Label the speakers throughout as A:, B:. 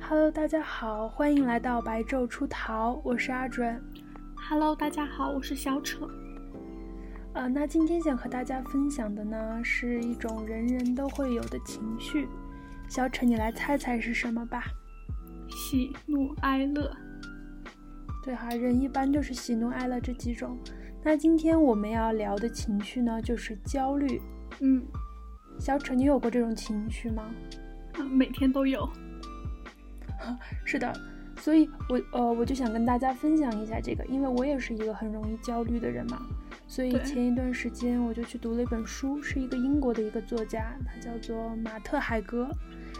A: Hello，大家好，欢迎来到白昼出逃，我是阿准。
B: Hello，大家好，我是小扯。
A: 呃，那今天想和大家分享的呢，是一种人人都会有的情绪。小扯，你来猜猜是什么吧？
B: 喜怒哀乐，
A: 对哈、人一般就是喜怒哀乐这几种。那今天我们要聊的情绪呢，就是焦虑。
B: 嗯，
A: 小扯，你有过这种情绪吗？
B: 啊每天都有。
A: 是的，所以我呃我就想跟大家分享一下这个，因为我也是一个很容易焦虑的人嘛，所以
B: 对
A: 前一段时间我就去读了一本书，是一个英国的一个作家，他叫做马特海格，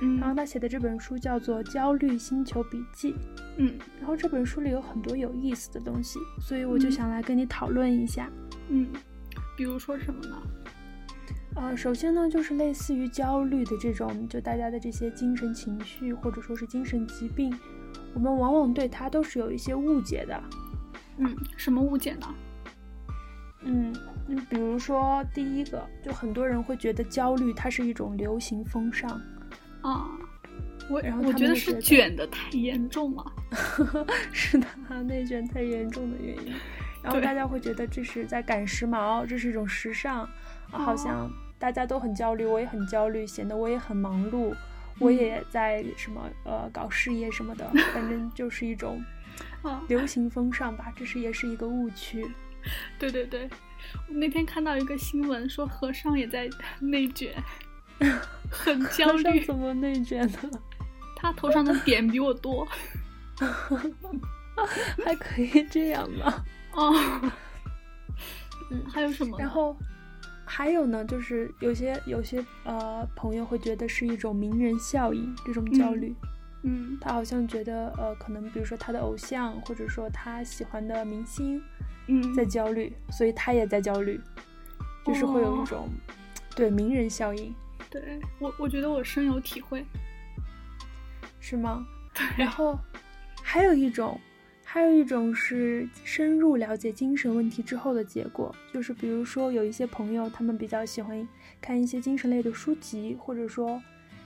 B: 嗯
A: 然后他写的这本书叫做《焦虑星球笔记》，
B: 嗯
A: 然后这本书里有很多有意思的东西，所以我就
B: 嗯
A: 想来跟你讨论一下。
B: 嗯，比如说什么呢？
A: 呃，首先呢，就是类似于焦虑的这种，就大家的这些精神情绪或者说是精神疾病，我们往往对它都是有一些误解的。
B: 嗯，什么误解呢？
A: 嗯，嗯，比如说第一个，就很多人会觉得焦虑它是一种流行风尚，
B: 啊，我
A: 然后
B: 我
A: 他
B: 觉
A: 们就觉
B: 得是
A: 得
B: 卷的太严重了。
A: 是的，内卷太严重的原因。然后
B: 对
A: 大家会觉得这是在赶时髦，这是一种时尚，啊好
B: 哦
A: 像大家都很焦虑，我也很焦虑，显得我也很忙碌，我
B: 嗯
A: 也在什么呃搞事业什么的，反正就是一种
B: 啊，
A: 流行风尚吧，这是也是一个误区。
B: 对对对，我那天看到一个新闻说和尚也在内卷， 很 焦
A: 和尚
B: 虑。
A: 怎么内卷呢？
B: 他头上的点比我多。
A: 还可以这样吗？
B: 哦，
A: 嗯
B: 还有什么呢？
A: 然后还有呢，就是有些有些呃朋友会觉得是一种名人效应，这种焦虑，
B: 嗯
A: 他好像觉得呃，可能比如说他的偶像，或者说他喜欢的明星
B: 嗯，
A: 在焦虑，所以他也在焦虑，就是会有一
B: 哦
A: 种、对名人效应，
B: 对我我觉得我深有体会。
A: 是吗？
B: 对
A: 然，后还有一种，还有一种是深入了解精神问题之后的结果，就是比如说有一些朋友，他们比较喜欢看一些精神类的书籍，或者说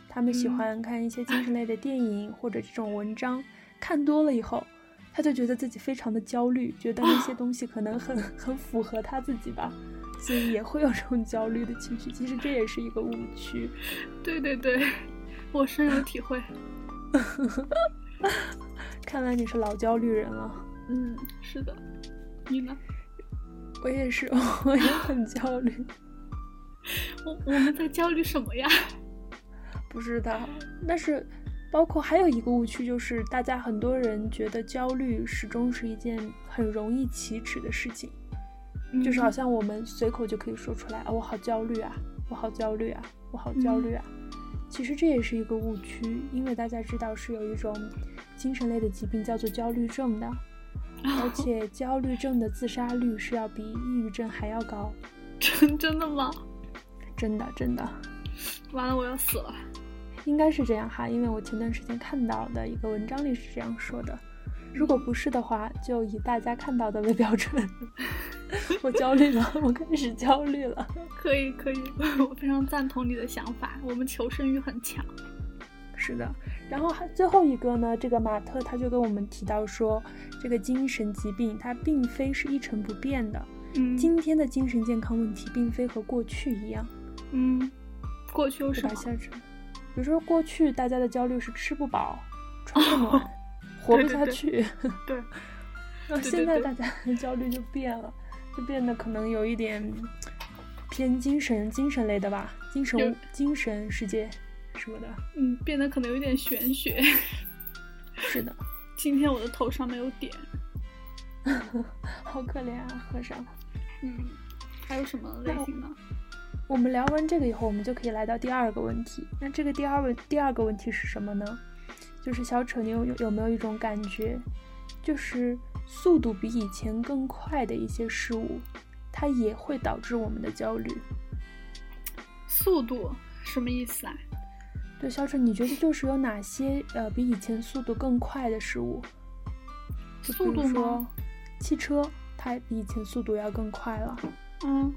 A: 他们喜
B: 嗯
A: 欢看一些精神类的电影、或者这种文章，看多了以后。他就觉得自己非常的焦虑，觉得那些 东西可能很很符合他自己吧，所以也会有这种焦虑的情绪。其实这也是一个误区。
B: 对对对， 我深有体会。
A: 看来你是老焦虑人了。
B: 嗯，是的。你呢？
A: 我也是， 我也很焦虑。
B: 我 我们在焦虑什么呀？
A: 不知道，但是包括还有一个误区，就是大家很多人觉得焦虑始终是一件很容易启齿的事情，
B: 嗯
A: 就是好像我们随口就可以说出来啊，我好焦虑啊，我好焦虑啊，我好焦虑啊。其实这也是一个误区，因为大家知道是有一种精神类的疾病叫做焦虑症的，而且焦虑症的自杀率是要比抑郁症还要高，
B: 真 真的吗？
A: 真的真的。
B: 完了，我要死了。
A: 应该是这样哈，因为我前段时间看到的一个文章里是这样说的。如果不是的话，就以大家看到的为标准。 我焦虑了，我开始焦虑了。
B: 可以可以， 我非常赞同你的想法。我们求生欲很强。
A: 是的，然后还最后一个呢，这个马特他就跟我们提到说，这个精神疾病它并非是一成不变的，
B: 嗯
A: 今天的精神健康问题并非和过去一样，
B: 嗯，过去有
A: 对
B: 什
A: 吧？
B: 么？
A: 夏至，比如说过去大家的焦虑是吃不饱、穿不 暖、活不
B: 对对
A: 下
B: 对
A: 去。
B: 对，
A: 然后
B: 对
A: 现
B: 对
A: 在
B: 对
A: 大家的焦虑就变了，就变得可能有一点偏精神、精神类的吧，精神
B: 有、
A: 精神世界什么的。
B: 嗯，变得可能有点玄学。
A: 是的，
B: 今天我的头上没有点。
A: 好可怜啊，和尚。
B: 嗯，还有什么类型呢？
A: 我们聊完这个以后，我们就可以来到第二个问题。那这个第二问第二个问题是什么呢？就是小扯，你有有有没有一种感觉，就是速度比以前更快的一些事物，它也会导致我们的焦虑？
B: 速度什么意思啊？
A: 对，小沈，你觉得就是有哪些呃比以前速度更快的食物？就比
B: 速
A: 如
B: 度吗
A: 说，汽车它比以前速度要更快了。
B: 嗯，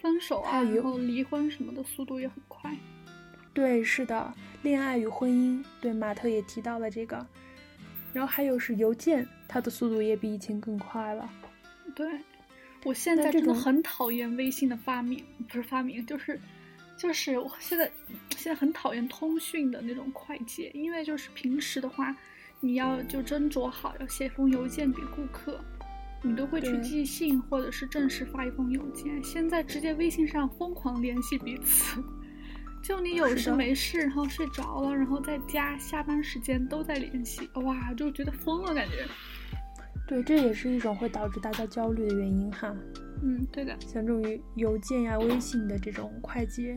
B: 分手
A: 还
B: 啊，
A: 有
B: 然后离婚什么的，速度也很快。
A: 对，是的，恋爱与婚姻，对，马特也提到了这个。然后还有是邮件，它的速度也比以前更快了。
B: 对，我现在
A: 但这
B: 真的
A: 种
B: 很讨厌微信的发明，不是发明，就是就是我现在现在很讨厌通讯的那种快捷，因为就是平时的话，你要就斟酌好要写封邮件给顾客，你都会去
A: 对
B: 寄信或者是正式发一封邮件，现在直接微信上疯狂联系彼此。就你有
A: 是
B: 事
A: 的
B: 没事，然后睡着了，然后在家下班时间都在联系，哇，就觉得疯了感觉。
A: 对，这也是一种会导致大家焦虑的原因哈。
B: 嗯，对的，
A: 像这种邮件呀、微信的这种快捷，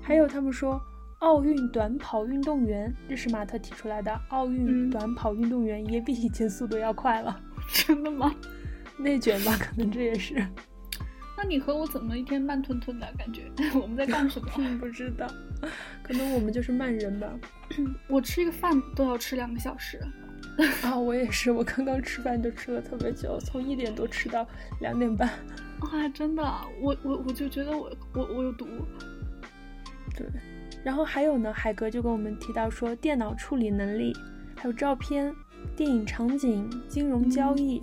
A: 还有他们说奥运短跑运动员，这是马特提出来的，奥运
B: 嗯
A: 短跑运动员也比以前速度要快了，
B: 真的吗？
A: 内卷吧，可能这也是，
B: 那你和我怎么一天慢吞吞的感觉？ 我们在干什么？啊
A: 并 不知道，可能我们就是慢人吧。
B: 我吃一个饭都要吃两个小时。
A: 啊，我也是，我刚刚吃饭就吃了特别久，从一点多吃到两点半。
B: 哇，啊真的，我我我就觉得我我我有毒。
A: 对，然后还有呢，海格就跟我们提到说，电脑处理能力，还有照片、电影场景、金融交易，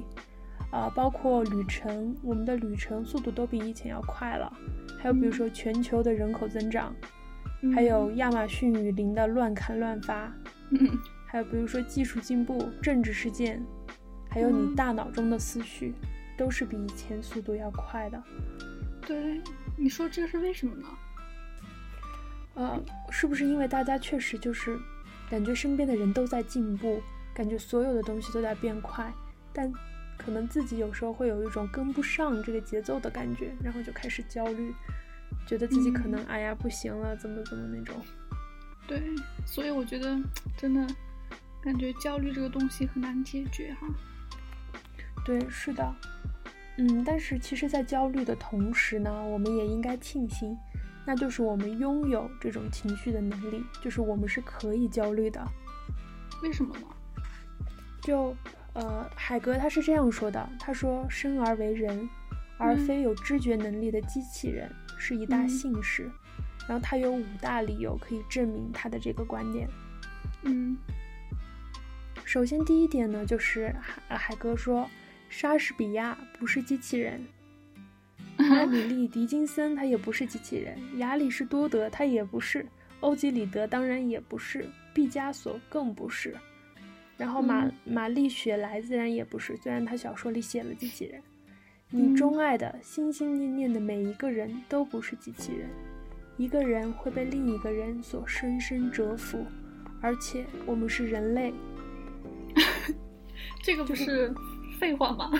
B: 嗯
A: 啊、包括旅程，我们的旅程速度都比以前要快了。还有比如
B: 嗯
A: 说全球的人口增长，
B: 嗯
A: 还有，亚马逊雨林的乱砍乱伐，
B: 嗯，
A: 还有比如说技术进步、政治事件，还有你
B: 嗯
A: 大脑中的思绪，都是比以前速度要快的。
B: 对，你说这是为什么呢？
A: 呃，是不是因为大家确实就是感觉身边的人都在进步，感觉所有的东西都在变快，但可能自己有时候会有一种跟不上这个节奏的感觉，然后就开始焦虑，觉得自己可能、哎呀不行了，怎么怎么那种。
B: 对，所以我觉得真的感觉焦虑这个东西很难解决哈。
A: 对，是的，嗯，但是其实，在焦虑的同时呢，我们也应该庆幸，那就是我们拥有这种情绪的能力，就是我们是可以焦虑的。
B: 为什么呢？
A: 就呃，海格他是这样说的，他说：“生而为人，而
B: 嗯
A: 非有知觉能力的机器人，是一大
B: 嗯
A: 幸事。然后他有五大理由可以证明他的这个观点。
B: 嗯
A: 首先，第一点呢，就是海呃海哥说，莎士比亚不是机器 人，艾米丽·狄金森她也不是机器人，亚里士多德他也不是，欧几里得当然也不是，毕加索更不是，然后玛
B: 嗯
A: 玛丽·雪莱自然也不是，虽然她小说里写了机器人。
B: 嗯
A: 你钟爱的、心心念念的每一个人都不是机器人，一个人会被另一个人所深深折服，而且我们是人类，
B: 这个不是废话吗？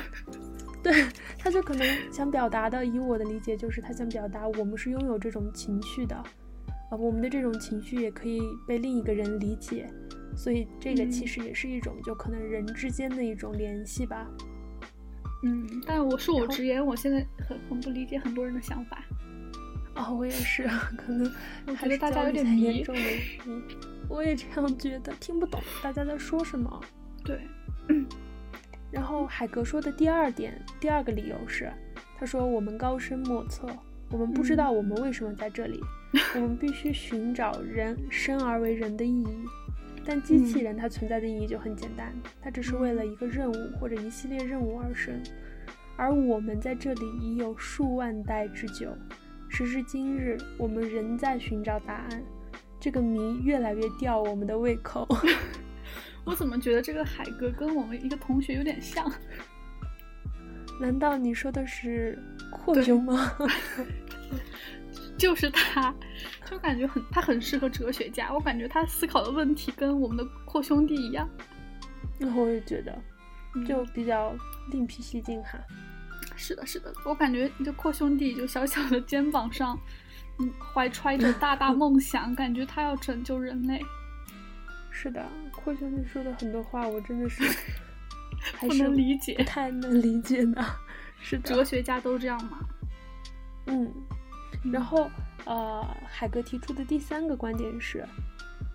A: 对，他就可能想表达的，以我的理解就是他想表达我们是拥有这种情绪的，啊、我们的这种情绪也可以被另一个人理解，所以这个
B: 嗯
A: 其实也是一种就可能人之间的一种联系吧。
B: 嗯， 但我恕我
A: 然后
B: 直言，我现在很很不理解很多人的想法。
A: 哦， 我也是，可能
B: 我
A: 还
B: 觉得
A: 是
B: 大家
A: 焦
B: 有
A: 虑
B: 点
A: 才
B: 迷
A: 严重的 迷，我也这样觉得，听不懂大家在说什么。
B: 对，
A: 然后海格说的第二点，第二个理由是，他说我们高深莫测，我们不知
B: 嗯
A: 道我们为什么在这里，我们必须寻找人生而为人的意义。但机器
B: 嗯
A: 人它存在的意义就很简单，它只是为了一个任务或者一系列任务而生，而我们在这里已有数万代之久。时至今日，我们仍在寻找答案，这个谜越来越吊我们的胃 口。
B: 我怎么觉得这个海哥跟我们一个同学有点像？
A: 难道你说的是扩
B: 对
A: 胸吗？
B: 就是他，就感觉很他很适合哲学家。我感觉他思考的问题跟我们的阔兄弟一样，
A: 那我也觉得，
B: 嗯
A: 就比较另辟蹊径哈。
B: 是的，是的。我感觉这阔兄弟就小小的肩膀上，嗯，怀揣着大大梦想，感觉他要拯救人类。
A: 是的，阔兄弟说的很多话，我真的 是还
B: 不
A: 是
B: 能理解
A: 不太能理解 的。是
B: 哲
A: 的，
B: 学家都这样嘛？
A: 嗯。
B: 嗯
A: 然后，呃，海格提出的第三个观点是，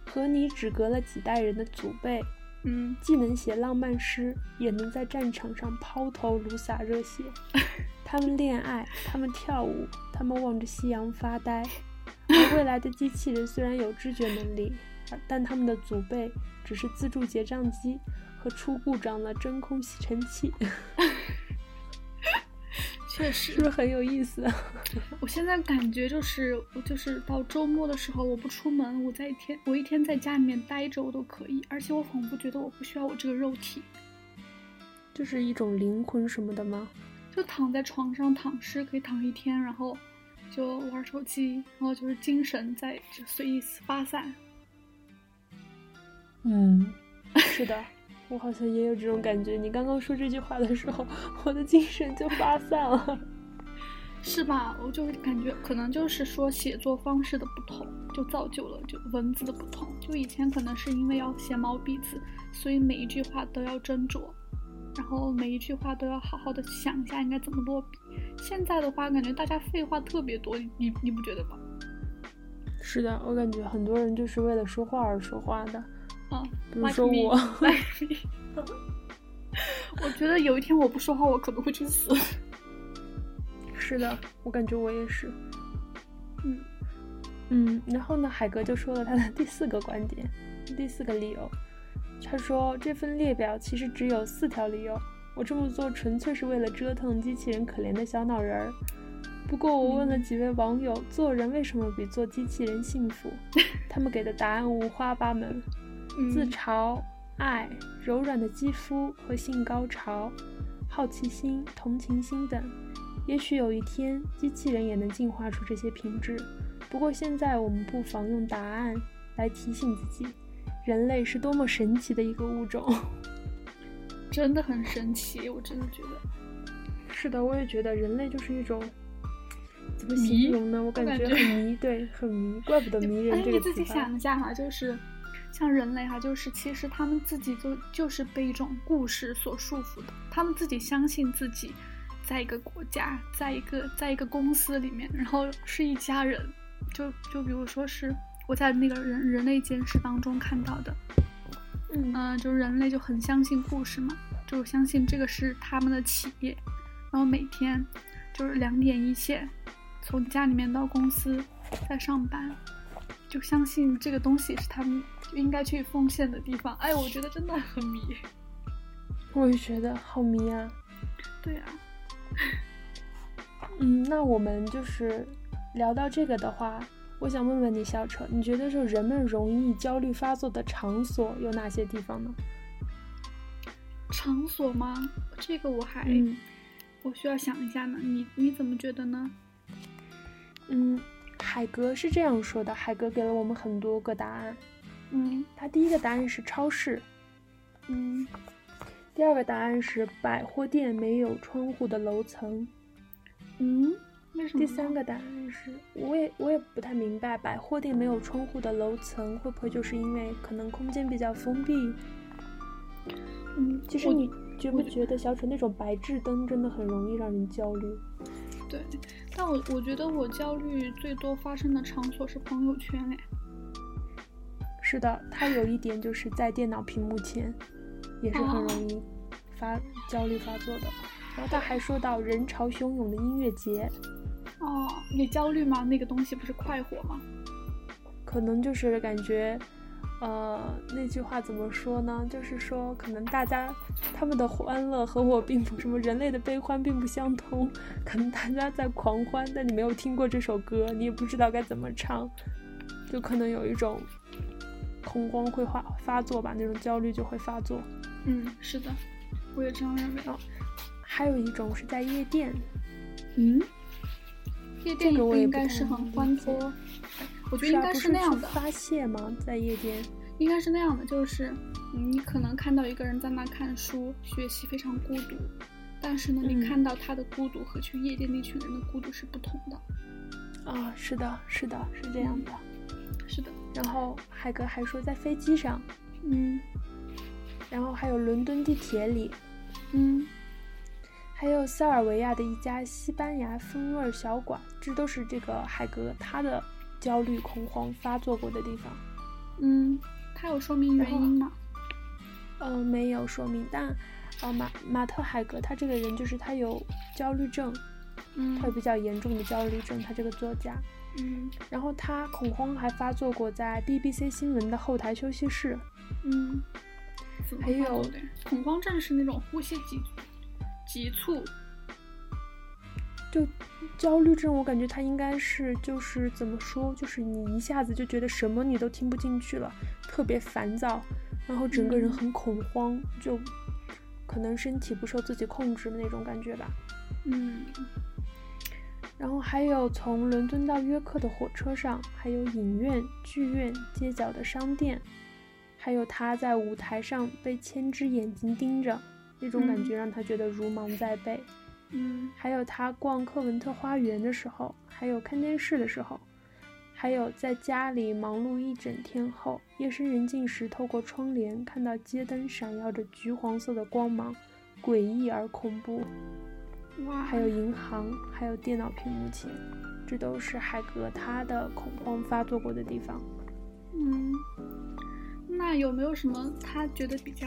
A: 和你只隔了几代人的祖辈，
B: 嗯，
A: 既能写浪漫诗，也能在战场上抛头颅洒热血。他们恋爱，他们跳舞，他们望着夕阳发呆，而未来的机器人虽然有知觉能力，但他们的祖辈只是自助结账机和出故障的真空吸尘器，
B: 确
A: 是
B: 实
A: 不，是很有意思？啊
B: 我现在感觉就是，我就是到周末的时候，我不出门，我在一天，我一天在家里面待着，我都可以。而且我仿佛觉得我不需要我这个肉体，
A: 就是一种灵魂什么的吗？
B: 就躺在床上躺尸，可以躺一天，然后就玩手机，然后就是精神在就随意发散。
A: 嗯，是的，我好像也有这种感觉。你刚刚说这句话的时候，我的精神就发散了。
B: 是吧？我就感觉可能就是说写作方式的不同，就造就了就文字的不同。就以前可能是因为要写毛笔字，所以每一句话都要斟酌，然后每一句话都要好好的想一下应该怎么落笔。现在的话，感觉大家废话特别多，你你你不觉得吗？
A: 是的，我感觉很多人就是为了说话而说话的。
B: 啊，
A: 比如说我
B: l i k 我觉得有一天我不说话，我可能会去死。
A: 是的，我感觉我也是。
B: 嗯，
A: 嗯，然后呢，海格就说了他的第四个观点，第四个理由。他说这份列表其实只有四条理由，我这么做纯粹是为了折腾机器人可怜的小脑仁儿。不过我问了几位网友，做人为什么比做机器人幸福？他们给的答案五花八门，
B: 嗯
A: 自嘲、爱、柔软的肌肤和性高潮、好奇心、同情心等。也许有一天，机器人也能进化出这些品质。不过现在，我们不妨用答案来提醒自己，人类是多么神奇的一个物种。
B: 真的很神奇，我真的觉得。
A: 是的，我也觉得人类就是一种怎么
B: 迷
A: 形容呢？我感
B: 感
A: 觉
B: 觉
A: 很迷，对，很迷，怪不得迷
B: 哎
A: 人，这
B: 你
A: 个
B: 自
A: 词
B: 己
A: 吧。
B: 想一下哈，就是像人类哈，就是其实他们自己就就是被一种故事所束缚的，他们自己相信自己在一个国家，在一个在一个公司里面，然后是一家人，就就比如说是我在那个人人类简史当中看到的，
A: 嗯
B: 嗯、就是人类就很相信故事嘛，就相信这个是他们的企业，然后每天就是两点一线，从家里面到公司在上班，就相信这个东西是他们应该去奉献的地方。哎，我觉得真的很迷。
A: 我也觉得好迷啊。
B: 对啊，
A: 嗯，那我们就是聊到这个的话，我想问问你，小扯，你觉得就人们容易焦虑发作的场所有哪些地方呢？
B: 场所吗？这个我还、
A: 嗯
B: 我需要想一下呢。你你怎么觉得呢？
A: 嗯，海格是这样说的，海格给了我们很多个答案。
B: 嗯
A: 他第一个答案是超市，
B: 嗯，
A: 第二个答案是百货店没有窗户的楼层，
B: 嗯，为什么
A: 第
B: 呢？
A: 三个答案是，我也我也不太明白，百货店没有窗户的楼层会不会就是因为可能空间比较封闭？
B: 嗯，
A: 其实
B: 我
A: 你觉不
B: 我
A: 觉得小楚那种白炽灯真的很容易让人焦虑？
B: 对，但我我觉得我焦虑最多发生的场所是朋友圈哎，
A: 是的，它有一点就是在电脑屏幕前，也是很容易发焦虑发作的。然后他还说到人潮汹涌的音乐节，
B: 哦，你焦虑吗？那个东西不是快活吗？
A: 可能就是感觉，呃，那句话怎么说呢？就是说，可能大家他们的欢乐和我并不什么人类的悲欢并不相通，可能大家在狂欢，但你没有听过这首歌，你也不知道该怎么唱，就可能有一种恐慌会发发作吧，那种焦虑就会发作。
B: 嗯，是的，我也这样认为。
A: 还有一种是在夜店，
B: 嗯，夜
A: 这
B: 店
A: 个我也
B: 应
A: 不
B: 该
A: 太
B: 是很
A: 能
B: 欢
A: 理解
B: 脱，哎我觉得
A: 啊
B: 应该
A: 不
B: 是那样
A: 去
B: 的，
A: 发泄吗？在夜店，
B: 应该是那样的，就是嗯你可能看到一个人在那看书学习非常孤独，但是呢，
A: 嗯
B: 你看到他的孤独和去夜店那群人的孤独是不同的。
A: 啊、是的，是的，是这样的。
B: 是的，
A: 然后海格还说在飞机上，
B: 嗯
A: 然后还有伦敦地铁里，
B: 嗯
A: 还有塞尔维亚的一家西班牙风味儿小馆，这都是这个海格他的焦虑恐慌发作过的地方。
B: 嗯，他有说明
A: 然
B: 原
A: 后
B: 因吗？
A: 呃，没有说明，但呃马马特海格他这个人就是他有焦虑症，
B: 嗯
A: 他有比较严重的焦虑症，他这个作家，
B: 嗯
A: 然后他恐慌还发作过在 BBC 新闻的后台休息室。
B: 嗯，怎么
A: 还有
B: 发作的呀恐慌症是那种呼吸急急促，
A: 就焦虑症，我感觉他应该是就是怎么说，就是你一下子就觉得什么你都听不进去了，特别烦躁，然后整个人
B: 嗯
A: 很恐慌，就可能身体不受自己控制的那种感觉吧。
B: 嗯
A: 然后还有从伦敦到约克的火车上，还有影院、剧院、街角的商店，还有他在舞台上被千只眼睛盯着，那种感觉让他觉得如芒在背。
B: 嗯
A: 还有他逛克文特花园的时候，还有看电视的时候，还有在家里忙碌一整天后，夜深人静时，透过窗帘看到街灯闪耀着橘黄色的光芒，诡异而恐怖。
B: 哇，
A: 还有银行，还有电脑屏幕前，这都是海格他的恐慌发作过的地方。
B: 嗯，那有没有什么他觉得比较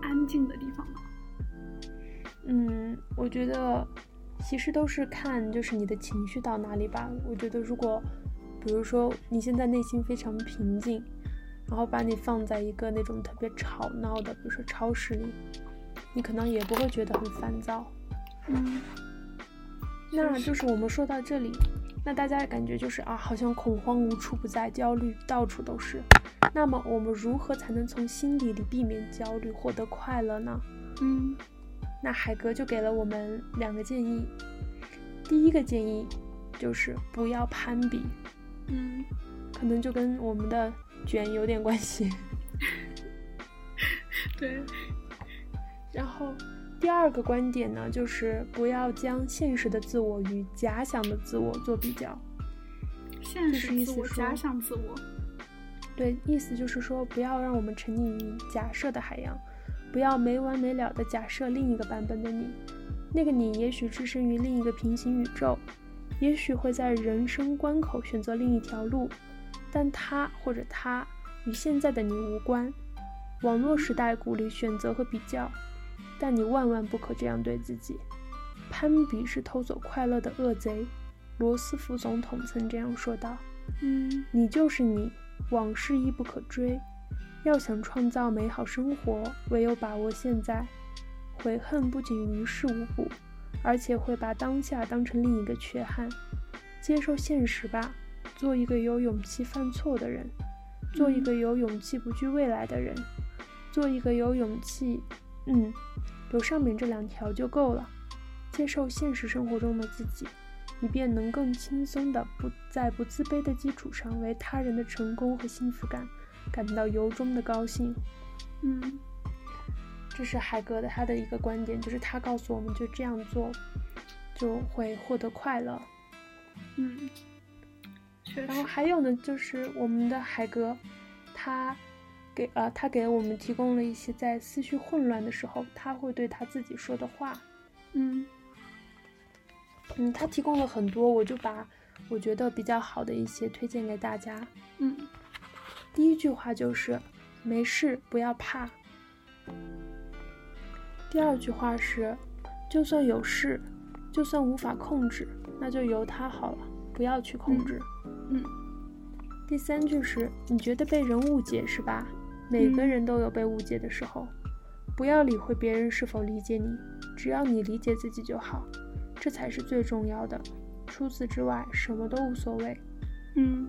B: 安静的地方呢？
A: 嗯，我觉得其实都是看就是你的情绪到哪里吧。我觉得如果比如说你现在内心非常平静，然后把你放在一个那种特别吵闹的，比如说超市里，你可能也不会觉得很烦躁。
B: 嗯，
A: 那
B: 是是
A: 就是我们说到这里，那大家的感觉就是啊，好像恐慌无处不在，焦虑到处都是。那么我们如何才能从心底里避免焦虑，获得快乐呢？
B: 嗯
A: 那海格就给了我们两个建议。第一个建议就是不要攀比，
B: 嗯，
A: 可能就跟我们的卷有点关系。
B: 对，
A: 然后第二个观点呢，就是不要将现实的自我与假想的自我做比较。
B: 现
A: 就是意
B: 实自
A: 思
B: 我、
A: 说
B: 假想自我，
A: 对，意思就是说，不要让我们沉溺于假设的海洋，不要没完没了的假设另一个版本的你。那个你也许置身于另一个平行宇宙，也许会在人生关口选择另一条路，但他或者他与现在的你无关。网络时代鼓励选择和比较，但你万万不可这样对自己。攀比是偷走快乐的恶贼，罗斯福总统曾这样说道。
B: 嗯
A: 你就是你，往事亦不可追。要想创造美好生活，唯有把握现在。悔恨不仅于事无补，而且会把当下当成另一个缺憾。接受现实吧，做一个有勇气犯错的人，做一个有勇气不惧未来的人，做一个有勇气……嗯，有上面这两条就够了。接受现实生活中的自己，以便能更轻松的不在不自卑的基础上，为他人的成功和幸福感感到由衷的高兴。
B: 嗯
A: 这是海格的他的一个观点，就是他告诉我们，就这样做就会获得快乐。
B: 嗯，确
A: 然后
B: 实，
A: 还有呢，就是我们的海格，他给呃，他给我们提供了一些在思绪混乱的时候，他会对他自己说的话。
B: 嗯
A: 嗯，他提供了很多，我就把我觉得比较好的一些推荐给大家。
B: 嗯
A: 第一句话就是“没事，不要怕”。第二句话是“就算有事，就算无法控制，那就由他好了，不要去控制”
B: 嗯
A: 第三句是“你觉得被人误解是吧？每个
B: 嗯
A: 人都有被误解的时候，不要理会别人是否理解你，只要你理解自己就好，这才是最重要的。除此之外，什么都无所谓。”
B: 嗯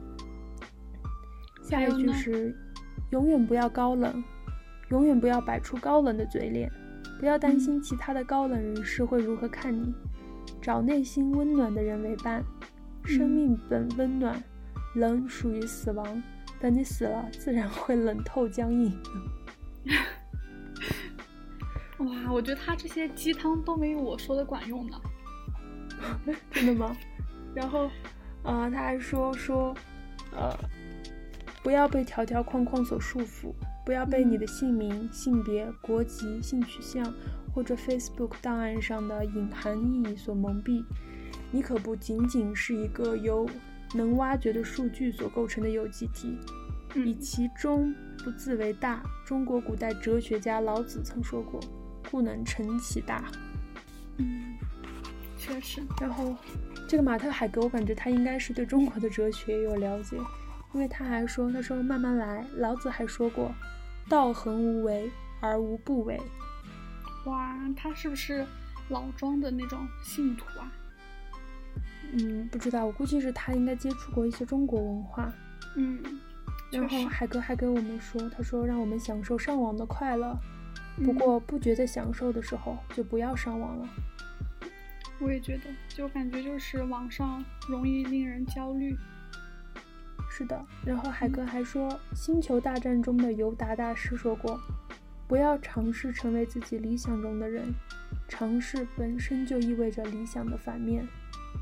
A: 下
B: 还
A: 一
B: 有
A: 句
B: 呢
A: 是：永远不要高冷，永远不要摆出高冷的嘴脸，不要
B: 嗯
A: 担心其他的高冷人士会如何看你，找内心温暖的人为伴。生
B: 嗯
A: 命本温暖，冷属于死亡，等你死了，自然会冷透僵硬。
B: 哇，我觉得他这些鸡汤都没有我说的管用呢。
A: 真的吗？ 然后，呃，他还说说，呃，不要被条条框框所束缚，不要被你的姓名、性别、国籍、性取向或者 Facebook 档案上的隐含意义所蒙蔽。你可不仅仅是一个由能挖掘的数据所构成的有机体，以
B: 嗯
A: 其中不自为大。中国古代哲学家老子曾说过：“故能成其大。”
B: 嗯，确实，
A: 然后，这个马特海格，我感觉他应该是对中国的哲学有了解，因为他还说，他说慢慢来，老子还说过，道恒无为而无不为。
B: 哇，他是不是老庄的那种信徒啊？
A: 嗯，不知道，我估计是他应该接触过一些中国文化。
B: 嗯，
A: 然
B: 确
A: 后
B: 实
A: 海格还给我们说，他说让我们享受上网的快乐，不
B: 嗯
A: 过不觉得享受的时候就不要上网了。
B: 我也觉得，就感觉就是网上容易令人焦虑。
A: 是的，然后海格还说，《星球大战》中的尤达大师说过：“不要尝试成为自己理想中的人，尝试本身就意味着理想的反面。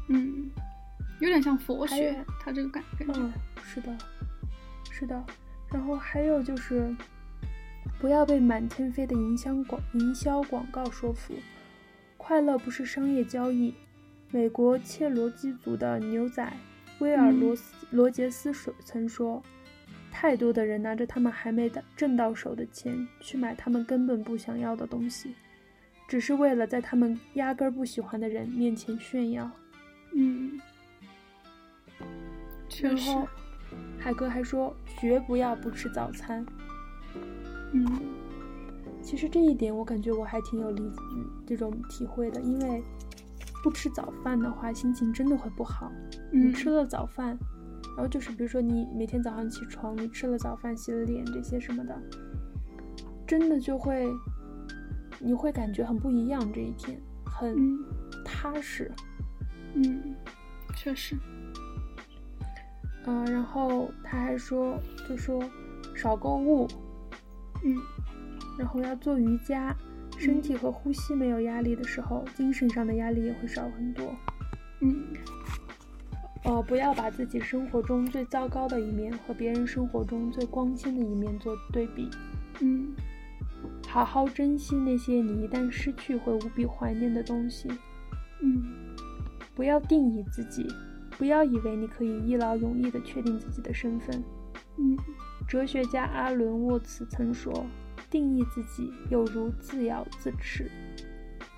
B: 嗯，有点像佛
A: 还
B: 学
A: 有，
B: 他这个感”感觉。
A: 嗯，是的，是的。然后还有就是，不要被满天飞的营销广营销广告说服，快乐不是商业交易。美国切罗基族的牛仔威尔
B: 嗯
A: 罗斯、罗杰斯说曾说：“太多的人拿着他们还没的挣到手的钱去买他们根本不想要的东西，只是为了在他们压根儿不喜欢的人面前炫耀。”
B: 嗯，确
A: 然
B: 嗯实，
A: 后，海哥还说绝不要不吃早餐。
B: 嗯
A: 其实这一点我感觉我还挺有理嗯这种体会的，因为不吃早饭的话，心情真的会不好。你
B: 嗯，
A: 吃了早饭，然后就是比如说你每天早上起床，你吃了早饭、洗了脸这些什么的，真的就会你会感觉很不一样这一天，很
B: 嗯
A: 踏实。
B: 嗯，确实，
A: 嗯、然后他还说，就说少购物，
B: 嗯
A: 然后要做瑜伽，身
B: 嗯
A: 体和呼吸没有压力的时候，精神上的压力也会少很多。
B: 嗯
A: 呃，不要把自己生活中最糟糕的一面和别人生活中最光鲜的一面做对比，
B: 嗯
A: 好好珍惜那些你一旦失去会无比怀念的东西。
B: 嗯
A: 不要定义自己，不要以为你可以一劳永逸地确定自己的身份。
B: 嗯
A: 哲学家阿伦沃茨曾说：“定义自己有如自咬自吃。”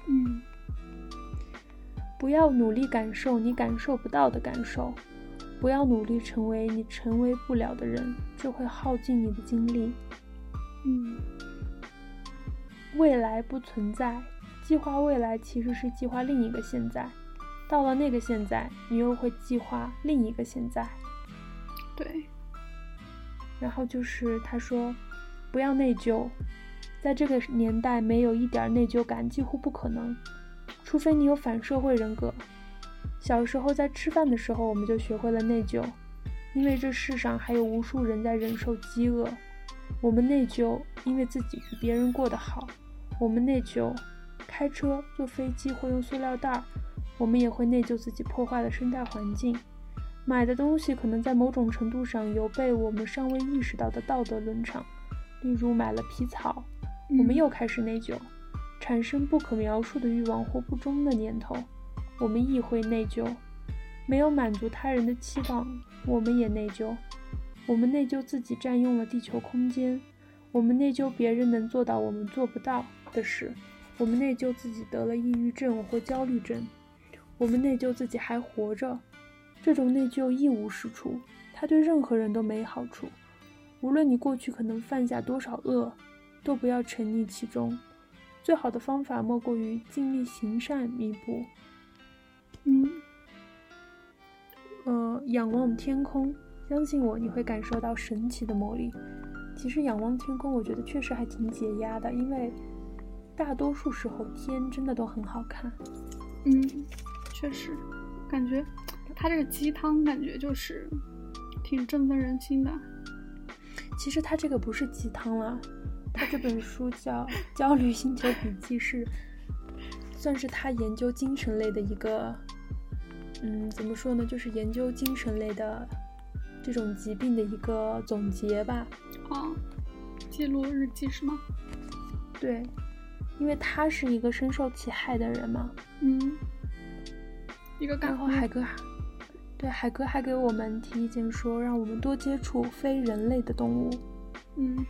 B: 嗯
A: 不要努力感受你感受不到的感受，不要努力成为你成为不了的人，这会耗尽你的精力。
B: 嗯，
A: 未来不存在，计划未来其实是计划另一个现在。到了那个现在，你又会计划另一个现在。
B: 对，
A: 然后就是他说，不要内疚，在这个年代没有一点内疚感几乎不可能，除非你有反社会人格。小时候在吃饭的时候，我们就学会了内疚，因为这世上还有无数人在忍受饥饿。我们内疚，因为自己比别人过得好；我们内疚，开车、坐飞机或用塑料袋儿，我们也会内疚自己破坏了生态环境。买的东西可能在某种程度上有被我们尚未意识到的道德伦常，例如买了皮草，我们
B: 嗯
A: 又开始内疚，产生不可描述的欲望或不忠的念头，我们亦会内疚；没有满足他人的期望，我们也内疚。我们内疚自己占用了地球空间，我们内疚别人能做到我们做不到的事，我们内疚自己得了抑郁症或焦虑症，我们内疚自己还活着。这种内疚一无是处，它对任何人都没好处。无论你过去可能犯下多少恶，都不要沉溺其中。最好的方法莫过于尽力行善弥补，
B: 嗯
A: 呃，仰望天空，相信我，你会感受到神奇的魔力。其实仰望天空，我觉得确实还挺解压的，因为大多数时候天真的都很好看。
B: 嗯，确实，感觉他这个鸡汤感觉就是挺振奋人心的。
A: 其实他这个不是鸡汤啦，他这本书叫《焦虑星球笔记》，是算是他研究精神类的一个，嗯，怎么说呢，就是研究精神类的这种疾病的一个总结吧。
B: 啊，记录日记是吗？
A: 对，因为他是一个深受其害的人嘛，
B: 嗯，一个
A: 然
B: 感
A: 后
B: 后
A: 海哥，对海哥还给我们提意见说，让我们多接触非人类的动物。
B: 嗯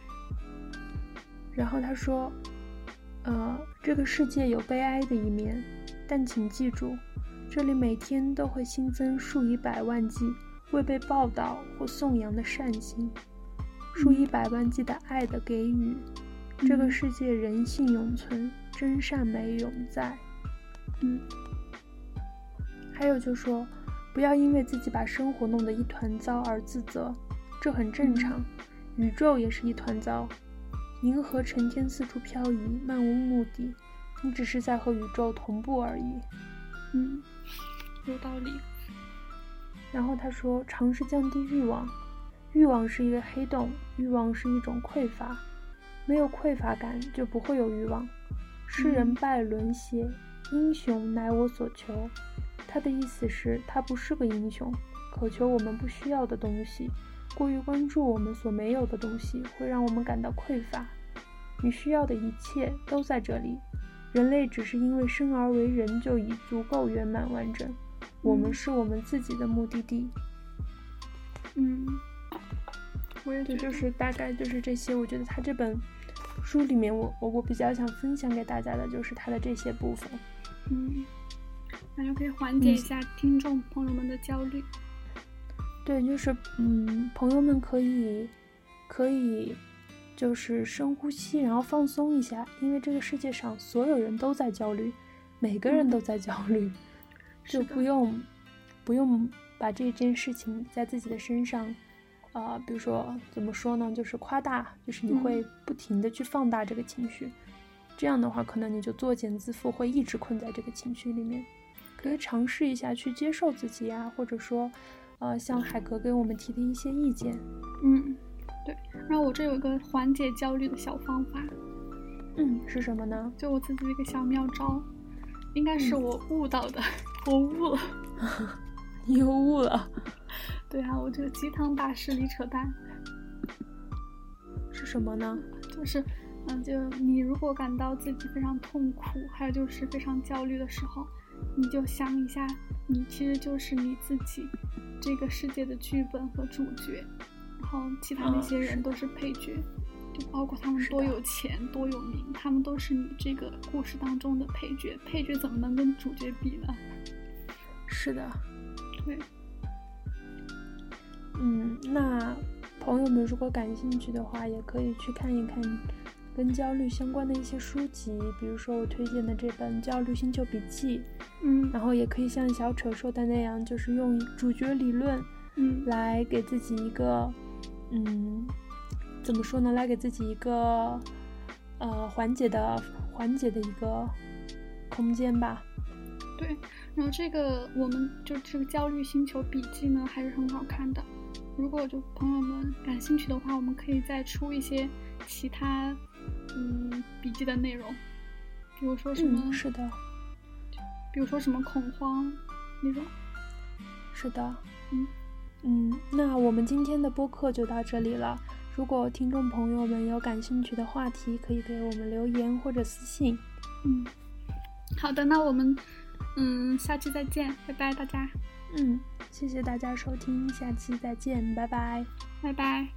A: 然后他说，呃，这个世界有悲哀的一面，但请记住，这里每天都会新增数以百万计未被报道或颂扬的善心，数以百万计的爱的给予。这个
B: 嗯
A: 世界人性永存，真善美永在。
B: 嗯
A: 还有就说，不要因为自己把生活弄得一团糟而自责，这很正常。宇宙也是一团糟，银河成天四处漂移，漫无目的，你只是在和宇宙同步而已。
B: 嗯，有道理。
A: 然后他说，尝试降低欲望，欲望是一个黑洞，欲望是一种匮乏，没有匮乏感就不会有欲望。诗人
B: 嗯
A: 拜伦写：“英雄乃我所求。”他的意思是，他不是个英雄，渴求我们不需要的东西，过于关注我们所没有的东西，会让我们感到匮乏。你需要的一切都在这里。人类只是因为生而为人就已足够圆满完整，我们
B: 嗯
A: 是我们自己的目的地。
B: 嗯，我也
A: 对，
B: 觉
A: 就
B: 得
A: 是大概就是这些。我觉得他这本书里面我，我我比较想分享给大家的就是他的这些部分。
B: 嗯，那就可以缓
A: 嗯
B: 解一下听众朋友们的焦虑。
A: 对，就是嗯，朋友们可以可以就是深呼吸，然后放松一下，因为这个世界上所有人都在焦虑，每个人
B: 嗯
A: 都在焦虑，
B: 是
A: 就
B: 的
A: 不用不用把这件事情在自己的身上。啊、比如说怎么说呢？就是夸大，就是你
B: 嗯
A: 会不停的去放大这个情绪，这样的话，可能你就作茧自缚，会一直困在这个情绪里面。可以尝试一下去接受自己呀、或者说，呃，像海格给我们提的一些意见。
B: 嗯，对。然后我这有一个缓解焦虑的小方法，
A: 嗯，是什么呢？
B: 就我自己的一个小妙招，应该是
A: 嗯
B: 我悟到的， 我悟了。
A: 你又悟了，
B: 对啊，我这个鸡汤大师李扯淡，
A: 是什么呢？
B: 就是，嗯，就你如果感到自己非常痛苦，还有就是非常焦虑的时候，你就想一下，你其实就是你自己这个世界的剧本和主角，然后其他那
A: 嗯
B: 些
A: 是
B: 人
A: 的
B: 都是配角，就包括他们
A: 是
B: 多
A: 的
B: 有钱、多有名，他们都是你这个故事当中的配角，配角怎么能跟主角比呢？
A: 是的，
B: 对，
A: 嗯，那朋友们如果感兴趣的话，也可以去看一看跟焦虑相关的一些书籍，比如说我推荐的这本《焦虑星球笔记》，
B: 嗯
A: 然后也可以像小扯说的那样，就是用主角理论
B: 嗯
A: 来给自己一个，嗯，怎么说呢？来给自己一个，呃，缓解的缓解的一个空间吧。
B: 对，然后这个我们就这个《焦虑星球笔记》呢，还是很好看的。如果就朋友们感兴趣的话，我们可以再出一些其他嗯笔记的内容，比如说什么，
A: 嗯，是的，
B: 比如说什么恐慌那种。
A: 是的，
B: 嗯
A: 嗯，那我们今天的播客就到这里了。如果听众朋友们有感兴趣的话题，可以给我们留言或者私信。
B: 嗯，好的，那我们嗯下期再见，拜拜大家，
A: 嗯，谢谢大家收听，下期再见，拜拜。
B: 拜拜。